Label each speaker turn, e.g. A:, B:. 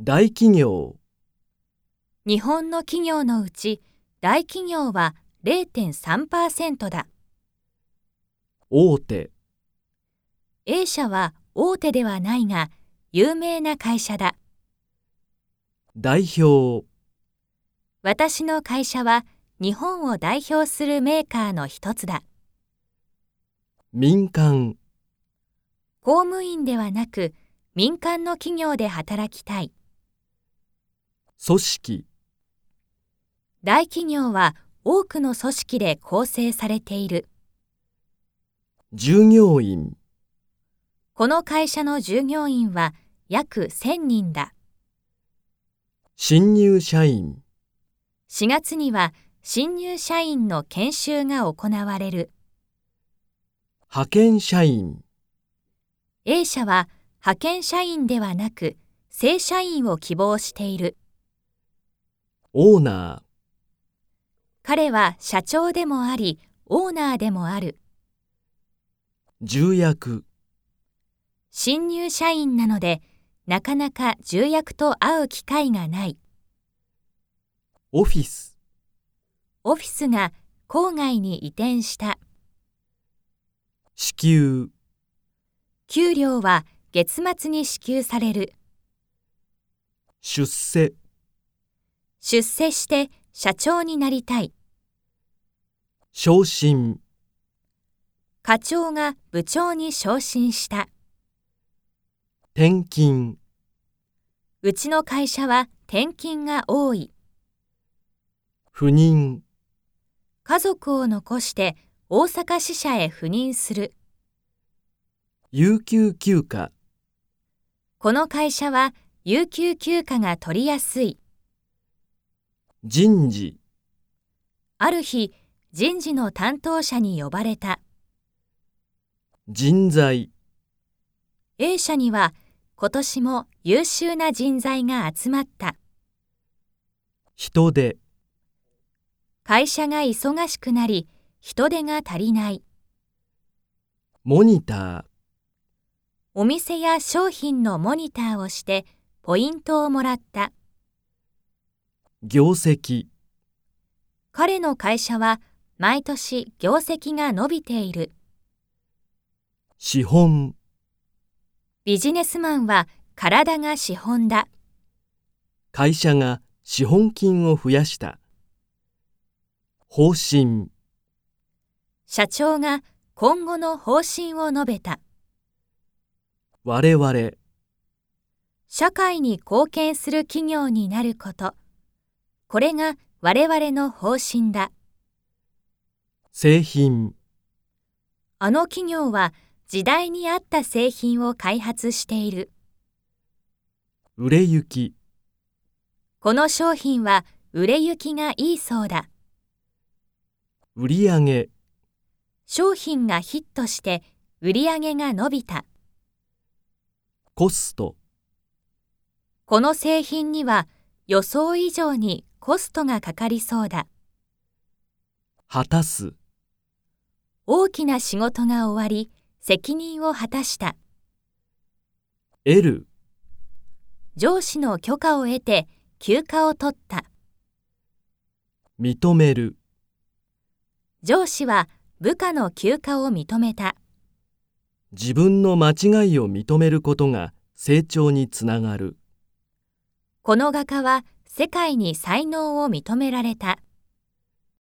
A: 大企業、
B: 日本の企業のうち大企業は0.3%だ。
A: 大手、
B: A 社は大手ではないが有名な会社だ。
A: 代表、
B: 私の会社は日本を代表するメーカーの一つだ。
A: 民間、
B: 公務員ではなく民間の企業で働きたい。
A: 組織、
B: 大企業は多くの組織で構成されている。
A: 従業員、
B: この会社の従業員は約1000人だ。
A: 新入社員、
B: 4月には新入社員の研修が行われる。
A: 派遣社員、
B: A 社は派遣社員ではなく正社員を希望している。
A: オーナ
B: 彼は社長でもあり、オーナーでもある。
A: ー、重役、
B: 新入社員なので、なかなか重役と会う機会がない。
A: オフィス、
B: オフィスが郊外に移転した。
A: 支給、
B: 給料は月末に支給される。
A: 出世、
B: 出世して社長になりたい。
A: 昇進、
B: 課長が部長に昇進した。
A: 転勤、
B: うちの会社は転勤が多い。
A: 赴任、
B: 家族を残して大阪支社へ赴任する。
A: 有給休暇、
B: この会社は有給休暇が取りやすい。
A: 人事、
B: ある日、人事の担当者に呼ばれた。
A: 人材、
B: A 社には今年も優秀な人材が集まった。
A: 人手、
B: 会社が忙しくなり、人手が足りない。
A: モニター、
B: お店や商品のモニターをしてポイントをもらった。
A: 業績、
B: 彼の会社は毎年業績が伸びている。
A: 資本、
B: ビジネスマンは体が資本だ。
A: 会社が資本金を増やした。方針、
B: 社長が今後の方針を述べた。
A: 我々、
B: 社会に貢献する企業になること。これが我々の方針だ。
A: 製品、
B: あの企業は時代に合った製品を開発している。
A: 売れ行き、
B: この商品は売れ行きがいいそうだ。
A: 売り上げ、
B: 商品がヒットして売り上げが伸びた。
A: コスト、
B: この製品には予想以上にコストがかかりそうだ。
A: 果たす、
B: 大きな仕事が終わり、責任を果たした。
A: 得る、
B: 上司の許可を得て休暇を取った。
A: 認める、
B: 上司は部下の休暇を認めた。
A: 自分の間違いを認めることが成長につながる。
B: この画家は世界に才能を認められた。